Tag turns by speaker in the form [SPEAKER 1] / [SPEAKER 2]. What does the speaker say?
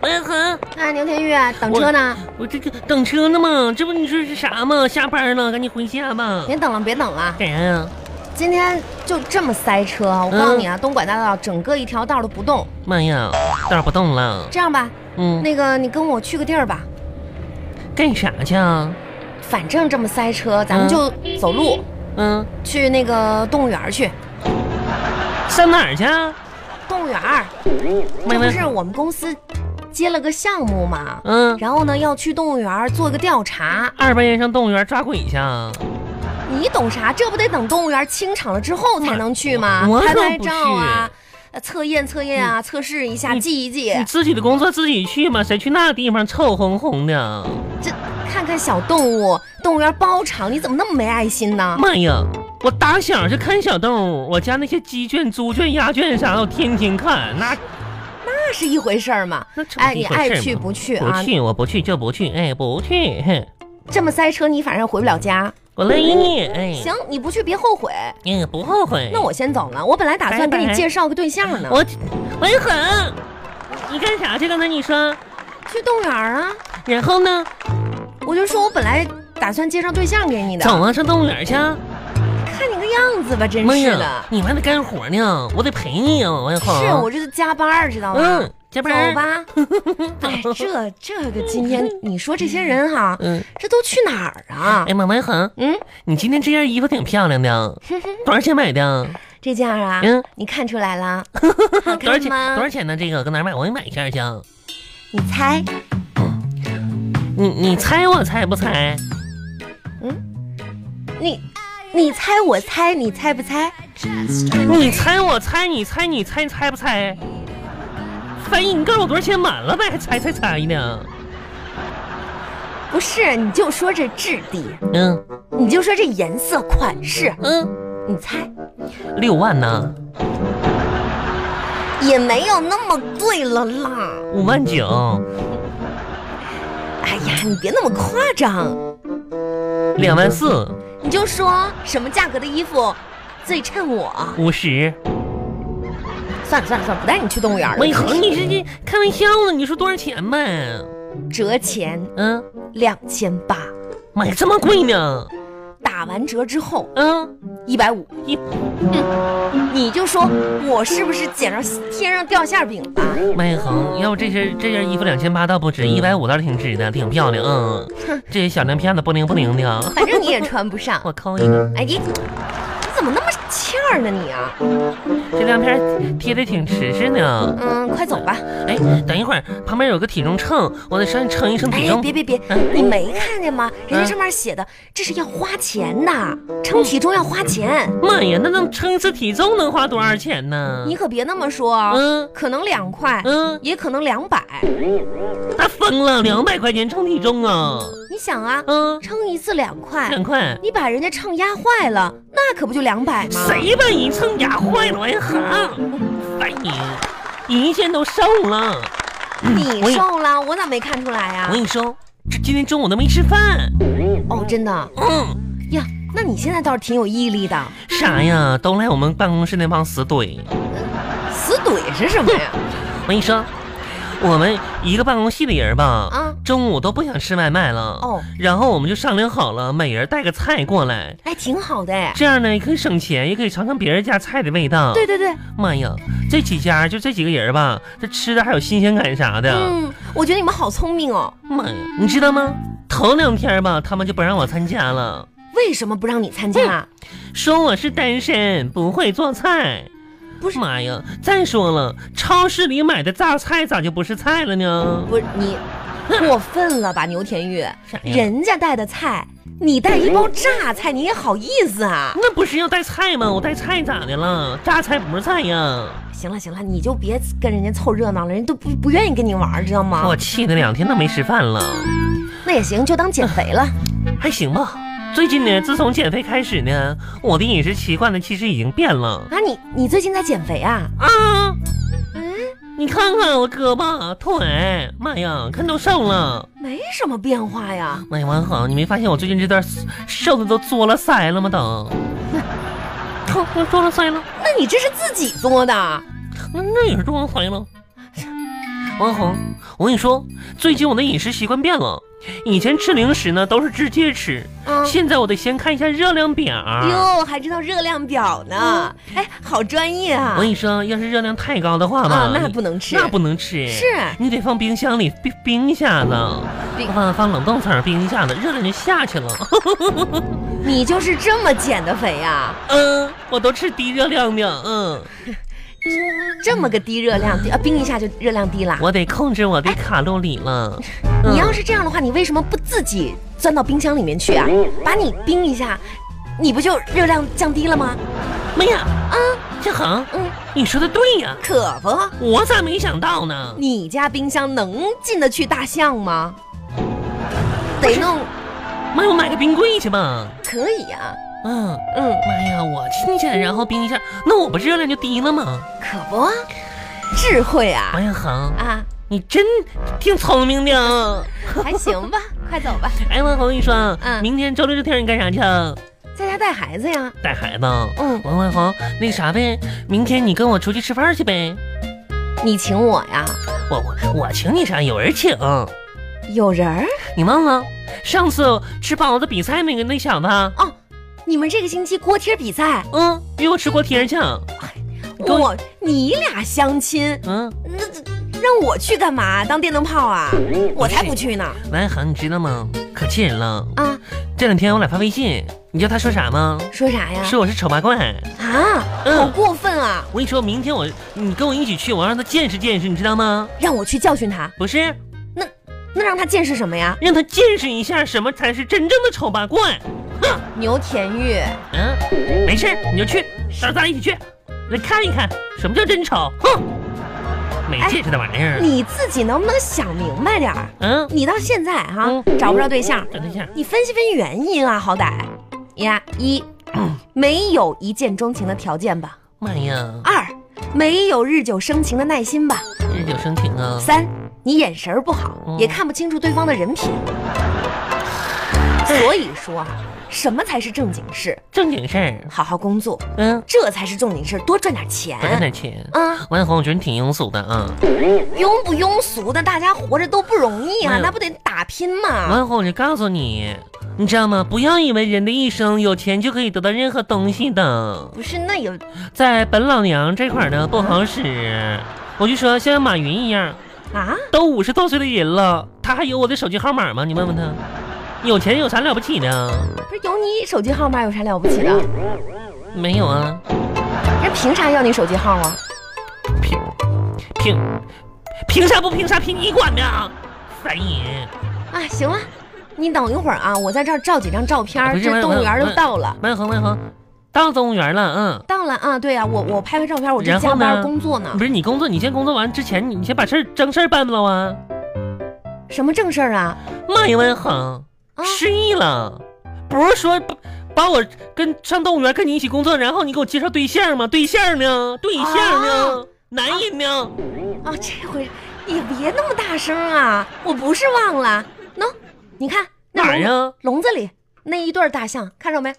[SPEAKER 1] 哎了，啊等车呢？
[SPEAKER 2] 哎我这这等车呢嘛，这不你说是啥嘛？下班了，赶紧回家吧。
[SPEAKER 1] 别等了，别等了，
[SPEAKER 2] 干啥呀？
[SPEAKER 1] 今天就这么塞车啊！我
[SPEAKER 2] 嗯
[SPEAKER 1] 告诉你啊，东莞大道整个一条道都不动。
[SPEAKER 2] 妈呀，道不动了。
[SPEAKER 1] 这样吧，
[SPEAKER 2] 嗯，
[SPEAKER 1] 那个你跟我去个地儿吧，
[SPEAKER 2] 干啥去啊？
[SPEAKER 1] 反正这么塞车，咱
[SPEAKER 2] 嗯
[SPEAKER 1] 们就走路
[SPEAKER 2] 嗯，
[SPEAKER 1] 去那个动物园儿去。
[SPEAKER 2] 上哪儿去啊？
[SPEAKER 1] 动物园儿，
[SPEAKER 2] 妹
[SPEAKER 1] 这不
[SPEAKER 2] 妹
[SPEAKER 1] 是我们公司接了个项目嘛？
[SPEAKER 2] 嗯，
[SPEAKER 1] 然后呢，要去动物园儿做个调查。
[SPEAKER 2] 二半夜上动物园抓鬼去啊？
[SPEAKER 1] 你懂啥？这不得等动物园清场了之后才能去吗
[SPEAKER 2] 我？我
[SPEAKER 1] 拍
[SPEAKER 2] 可
[SPEAKER 1] 拍
[SPEAKER 2] 不嗯
[SPEAKER 1] 照啊，呃测验测验啊，测试一下，
[SPEAKER 2] 你
[SPEAKER 1] 记一记
[SPEAKER 2] 你，自己的工作自己去嘛，谁去那地方臭烘烘的？啊
[SPEAKER 1] 这看看小动物，动物园包场，你怎么那么没爱心呢？
[SPEAKER 2] 妈呀！我打小就看小动物，我家那些鸡圈、猪圈、鸭圈啥的，我天天看，那
[SPEAKER 1] 那是一回事儿嘛
[SPEAKER 2] 那。这不
[SPEAKER 1] 哎，
[SPEAKER 2] 是一
[SPEAKER 1] 你
[SPEAKER 2] 回事儿
[SPEAKER 1] 爱
[SPEAKER 2] 吗
[SPEAKER 1] 去不去
[SPEAKER 2] 不
[SPEAKER 1] 啊？
[SPEAKER 2] 去，我不去就不去，哎，不去，哼，
[SPEAKER 1] 这么塞车，你反正回不了家。
[SPEAKER 2] 我乐意，哎，
[SPEAKER 1] 行，你不去别后悔。
[SPEAKER 2] 哎，不后悔。
[SPEAKER 1] 那我先走了，我本来打算给
[SPEAKER 2] 拜
[SPEAKER 1] 你
[SPEAKER 2] 拜
[SPEAKER 1] 介绍个对象呢，
[SPEAKER 2] 我我狠，你干啥去？刚才你说，
[SPEAKER 1] 去动物园儿啊。
[SPEAKER 2] 然后呢？
[SPEAKER 1] 我就说我本来打算介绍对象给你的，
[SPEAKER 2] 走啊，上动物园去啊？
[SPEAKER 1] 看你个样子吧，真
[SPEAKER 2] 妈
[SPEAKER 1] 是
[SPEAKER 2] 呀
[SPEAKER 1] 的，。
[SPEAKER 2] 你们还得干活呢，我得陪你啊，王小红。
[SPEAKER 1] 是我这是加班儿，知道吗？
[SPEAKER 2] 嗯，加
[SPEAKER 1] 走
[SPEAKER 2] 班。。
[SPEAKER 1] 吧，哎，这这个今天你说这些人哈，
[SPEAKER 2] 嗯，
[SPEAKER 1] 这都去哪儿啊
[SPEAKER 2] 哎？妈，王小红，
[SPEAKER 1] 嗯，
[SPEAKER 2] 你今天这件衣服挺漂亮 的，多少钱买的？
[SPEAKER 1] 这件儿啊
[SPEAKER 2] 嗯，
[SPEAKER 1] 你看出 来了，好
[SPEAKER 2] 多少
[SPEAKER 1] 看
[SPEAKER 2] 钱？多
[SPEAKER 1] 吗？
[SPEAKER 2] 少钱呢？这个搁哪儿买？我给你买一件去啊。
[SPEAKER 1] 你猜，
[SPEAKER 2] 你你猜我猜不猜？
[SPEAKER 1] 你你猜我猜，你猜不猜？
[SPEAKER 2] 你猜我猜，你猜你猜，你猜不猜？翻译，你告诉我多少钱满了呗？还猜猜猜呢？
[SPEAKER 1] 不是，你就说这质地，
[SPEAKER 2] 嗯
[SPEAKER 1] 你就说这颜色款式，
[SPEAKER 2] 嗯，
[SPEAKER 1] 你猜
[SPEAKER 2] 六万呢？
[SPEAKER 1] 也没有那么贵了啦。
[SPEAKER 2] 五万九？
[SPEAKER 1] 哎呀，你别那么夸张，
[SPEAKER 2] 两万四？
[SPEAKER 1] 你就说什么价格的衣服最衬我。
[SPEAKER 2] 五十？
[SPEAKER 1] 算了算了算了，不带你去动物园
[SPEAKER 2] 王一恒，
[SPEAKER 1] 了，
[SPEAKER 2] 你是这开玩笑呢？你说多少钱呗？
[SPEAKER 1] 折钱
[SPEAKER 2] 嗯，
[SPEAKER 1] 两千八，
[SPEAKER 2] 妈呀，这么贵呢？
[SPEAKER 1] 打完折之后
[SPEAKER 2] 嗯，
[SPEAKER 1] 一百五。嗯
[SPEAKER 2] 一
[SPEAKER 1] 你就说我是不是捡着天上掉馅儿饼 了？
[SPEAKER 2] 麦一恒，要不这身这件衣服两千八倒不值，一百五倒是挺值的，挺漂亮。嗯，这些小亮片子不灵不灵的啊，
[SPEAKER 1] 反正你也穿不上。
[SPEAKER 2] 我抠一个，
[SPEAKER 1] 哎，你你怎么那么欠儿呢你啊？
[SPEAKER 2] 这亮片贴的挺实实呢。
[SPEAKER 1] 嗯，快走吧。
[SPEAKER 2] 哎，等一会儿，旁边有个体重秤，我得上去称一称体
[SPEAKER 1] 哎，
[SPEAKER 2] 重。
[SPEAKER 1] 别别别
[SPEAKER 2] 嗯，
[SPEAKER 1] 你没看见吗？人家
[SPEAKER 2] 嗯
[SPEAKER 1] 上面写的这是要花钱的，称体重要花钱。
[SPEAKER 2] 妈呀，那能称一次体重能花多少钱呢？
[SPEAKER 1] 你可别那么说啊，
[SPEAKER 2] 嗯
[SPEAKER 1] 可能两块，
[SPEAKER 2] 嗯，
[SPEAKER 1] 也可能两百。
[SPEAKER 2] 他疯了，两百块钱称体重啊？
[SPEAKER 1] 你想啊，
[SPEAKER 2] 嗯，
[SPEAKER 1] 称一次两块，
[SPEAKER 2] 两块，
[SPEAKER 1] 你把人家秤压坏了，那可不就两百吗？
[SPEAKER 2] 谁把你秤压坏了？我也狠，烦你，你一天都瘦了。
[SPEAKER 1] 你
[SPEAKER 2] 我也
[SPEAKER 1] 瘦了，我咋没看出来啊呀
[SPEAKER 2] 我？跟你说，这今天中午都没吃饭。
[SPEAKER 1] 哦，真的
[SPEAKER 2] 嗯，
[SPEAKER 1] 呀，那你现在倒是挺有毅力的。
[SPEAKER 2] 啥呀？都赖我们办公室那帮死怼。
[SPEAKER 1] 死怼是什么呀？
[SPEAKER 2] 我跟你说，我们一个办公室的人吧，
[SPEAKER 1] 啊
[SPEAKER 2] 中午都不想吃外卖了。
[SPEAKER 1] 哦，
[SPEAKER 2] 然后我们就商量好了，每人带个菜过来，
[SPEAKER 1] 哎，挺好的哎。
[SPEAKER 2] 这样呢也可以省钱，也可以尝尝别人家菜的味道。
[SPEAKER 1] 对，对对，
[SPEAKER 2] 妈呀，这几家就这几个人吧，这吃的还有新鲜感啥的。
[SPEAKER 1] 嗯，我觉得你们好聪明哦。
[SPEAKER 2] 妈呀，你知道吗？头两天吧，他们就不让我参加了，
[SPEAKER 1] 为什么不让你参加？
[SPEAKER 2] 说我是单身，不会做菜。
[SPEAKER 1] 不是
[SPEAKER 2] 妈呀！再说了，超市里买的榨菜咋就不是菜了呢？
[SPEAKER 1] 不是你过分了吧，牛田玉？
[SPEAKER 2] 啥呀嗯
[SPEAKER 1] 人家带的菜，你带一包榨菜，你也好意思啊？
[SPEAKER 2] 那不是要带菜吗？我带菜咋的了？榨菜不是菜呀！
[SPEAKER 1] 行了行了，你就别跟人家凑热闹了，人家都不不愿意跟你玩儿，知道吗
[SPEAKER 2] 我？气的两天都没吃饭了，
[SPEAKER 1] 那也行，就当减肥了。
[SPEAKER 2] 还行吧。最近呢，自从减肥开始呢，我的饮食习惯呢其实已经变了
[SPEAKER 1] 啊，你你最近在减肥啊？
[SPEAKER 2] 啊！
[SPEAKER 1] 嗯，
[SPEAKER 2] 你看看我胳膊、腿，妈呀，看都瘦了。
[SPEAKER 1] 没什么变化呀。
[SPEAKER 2] 妈呀，王好，你没发现我最近这段瘦的都作了腮了吗？都， 哼我作了腮了，
[SPEAKER 1] 那你这是自己做的？
[SPEAKER 2] 那那也是作了腮了。 王红，我跟你说，最近我的饮食习惯变了，以前吃零食呢都是直接吃，
[SPEAKER 1] 嗯，
[SPEAKER 2] 现在我得先看一下热量表。
[SPEAKER 1] 哟，还知道热量表呢，哎，好专业啊
[SPEAKER 2] 我！跟你说，要是热量太高的话吧，
[SPEAKER 1] 啊，那
[SPEAKER 2] 你
[SPEAKER 1] 不能吃，
[SPEAKER 2] 那不能吃，
[SPEAKER 1] 是
[SPEAKER 2] 你得放冰箱里冰冰一下子，
[SPEAKER 1] 冰
[SPEAKER 2] 放放冷冻层冰一下子，热量就下去了。
[SPEAKER 1] 你就是这么减的肥呀、啊
[SPEAKER 2] 嗯，我都吃低热量的，嗯，
[SPEAKER 1] 这么个低热量，啊，冰一下就热量低了。
[SPEAKER 2] 我嗯得控制我的卡路里了。
[SPEAKER 1] 哎你要是这样的话，你为什么不自己钻到冰箱里面去啊？把你冰一下，你不就热量降低了吗？
[SPEAKER 2] 妈呀，啊，这恒，
[SPEAKER 1] 嗯，
[SPEAKER 2] 你说的对呀，
[SPEAKER 1] 可不，
[SPEAKER 2] 我咋没想到呢？
[SPEAKER 1] 你家冰箱能进得去大象吗？得弄，
[SPEAKER 2] 妈，我买个冰柜去吧。
[SPEAKER 1] 可以呀、
[SPEAKER 2] 嗯，
[SPEAKER 1] 嗯，
[SPEAKER 2] 妈呀，我进去然后冰一下，那我不是热量就低了吗？
[SPEAKER 1] 可不啊，智慧啊
[SPEAKER 2] 妈哎呀，恒，
[SPEAKER 1] 啊，
[SPEAKER 2] 你真挺聪明的啊。
[SPEAKER 1] 还行吧，快走吧，
[SPEAKER 2] 哎，王红，我跟你说，
[SPEAKER 1] 嗯
[SPEAKER 2] 明天周六这天你干啥去啊？
[SPEAKER 1] 在家带孩子呀，
[SPEAKER 2] 带孩子。
[SPEAKER 1] 嗯，
[SPEAKER 2] 王万红，那啥呗，明天你跟我出去吃饭去呗。
[SPEAKER 1] 你请我呀，
[SPEAKER 2] 我我我请你啥？有人请。
[SPEAKER 1] 有人儿
[SPEAKER 2] 你忘了上次吃包子比赛那个那小子？
[SPEAKER 1] 哦，你们这个星期锅贴比赛，
[SPEAKER 2] 嗯，约我吃锅贴去。跟我
[SPEAKER 1] 我你俩相亲，
[SPEAKER 2] 嗯，
[SPEAKER 1] 那这让我去干嘛？当电灯泡啊？我才不去呢！
[SPEAKER 2] 王一恒，你知道吗？可气人了！
[SPEAKER 1] 啊，
[SPEAKER 2] 这两天我俩发微信，你知道他说啥吗？
[SPEAKER 1] 说啥呀？
[SPEAKER 2] 说我是丑八怪。
[SPEAKER 1] 啊，好
[SPEAKER 2] 嗯，
[SPEAKER 1] 过分啊！
[SPEAKER 2] 我跟你说，明天我你跟我一起去，我要让他见识见识，你知道吗？
[SPEAKER 1] 让我去教训他，
[SPEAKER 2] 不是，
[SPEAKER 1] 那让他见识什么呀？
[SPEAKER 2] 让他见识一下什么才是真正的丑八怪。
[SPEAKER 1] 牛田玉，
[SPEAKER 2] 嗯，没事儿，你就去，到时候咱俩一起去，来看一看什么叫真丑。哼，没见识那玩意儿。
[SPEAKER 1] 你自己能不能想明白点儿？
[SPEAKER 2] 嗯，
[SPEAKER 1] 你到现在哈、
[SPEAKER 2] 嗯
[SPEAKER 1] 找不着对象，
[SPEAKER 2] 找对象。
[SPEAKER 1] 你分析分析原因啊，好歹呀一，嗯没有一见钟情的条件吧；
[SPEAKER 2] 妈呀，
[SPEAKER 1] 二，没有日久生情的耐心吧；
[SPEAKER 2] 日久生情啊！
[SPEAKER 1] 三，你眼神儿不好，
[SPEAKER 2] 嗯
[SPEAKER 1] 也看不清楚对方的人品。所以说啊，什么才是正经事？
[SPEAKER 2] 正经事儿。
[SPEAKER 1] 好好工作，
[SPEAKER 2] 嗯，
[SPEAKER 1] 这才是正经事，多赚点
[SPEAKER 2] 我赚
[SPEAKER 1] 钱。
[SPEAKER 2] 点钱。
[SPEAKER 1] 啊，
[SPEAKER 2] 万红，我觉得你挺庸俗的啊。
[SPEAKER 1] 庸不庸俗的，大家活着都不容易
[SPEAKER 2] 哎
[SPEAKER 1] 啊，
[SPEAKER 2] 呦
[SPEAKER 1] 那不得打拼吗？
[SPEAKER 2] 万红，我就告诉你，你知道吗？不要以为人的一生有钱就可以得到任何东西的，
[SPEAKER 1] 不是，那也
[SPEAKER 2] 在本老娘这块儿呢不好使。我就说像马云一样，
[SPEAKER 1] 啊，
[SPEAKER 2] 都五十多岁的人了，他还有我的手机号码吗？你问问他，有钱有啥了不起的？
[SPEAKER 1] 不是有你手机号码有啥了不起的？人
[SPEAKER 2] 没有啊，
[SPEAKER 1] 凭啥要你手机号啊？
[SPEAKER 2] 凭凭凭啥不凭啥？凭你管呢？烦人！
[SPEAKER 1] 啊，行了，你等一会儿啊，我在这儿照几张照片
[SPEAKER 2] 啊
[SPEAKER 1] 儿，
[SPEAKER 2] 不是
[SPEAKER 1] 这
[SPEAKER 2] 我
[SPEAKER 1] 动物园儿
[SPEAKER 2] 我
[SPEAKER 1] 都到了。
[SPEAKER 2] 万恒，万恒，到动物园了，
[SPEAKER 1] 到了啊，对呀、我我拍拍照片，我这
[SPEAKER 2] 然后
[SPEAKER 1] 加班
[SPEAKER 2] 呢
[SPEAKER 1] 儿工作呢
[SPEAKER 2] 嗯，不。是你工作，你先工作完之前，你你先把事儿正事儿办了啊。
[SPEAKER 1] 什么正事儿啊？
[SPEAKER 2] 妈呀，万恒，
[SPEAKER 1] 啊，
[SPEAKER 2] 失忆了，不是说把把我跟上动物园跟你一起工作，然后你给我介绍对象吗？对象呢？对象呢
[SPEAKER 1] 哦？
[SPEAKER 2] 男人呢？
[SPEAKER 1] 啊，这回你别那么大声啊！我不是忘了，喏、你看那
[SPEAKER 2] 哪儿啊
[SPEAKER 1] 笼
[SPEAKER 2] 呀？
[SPEAKER 1] 笼子里那一对儿大象，看着没？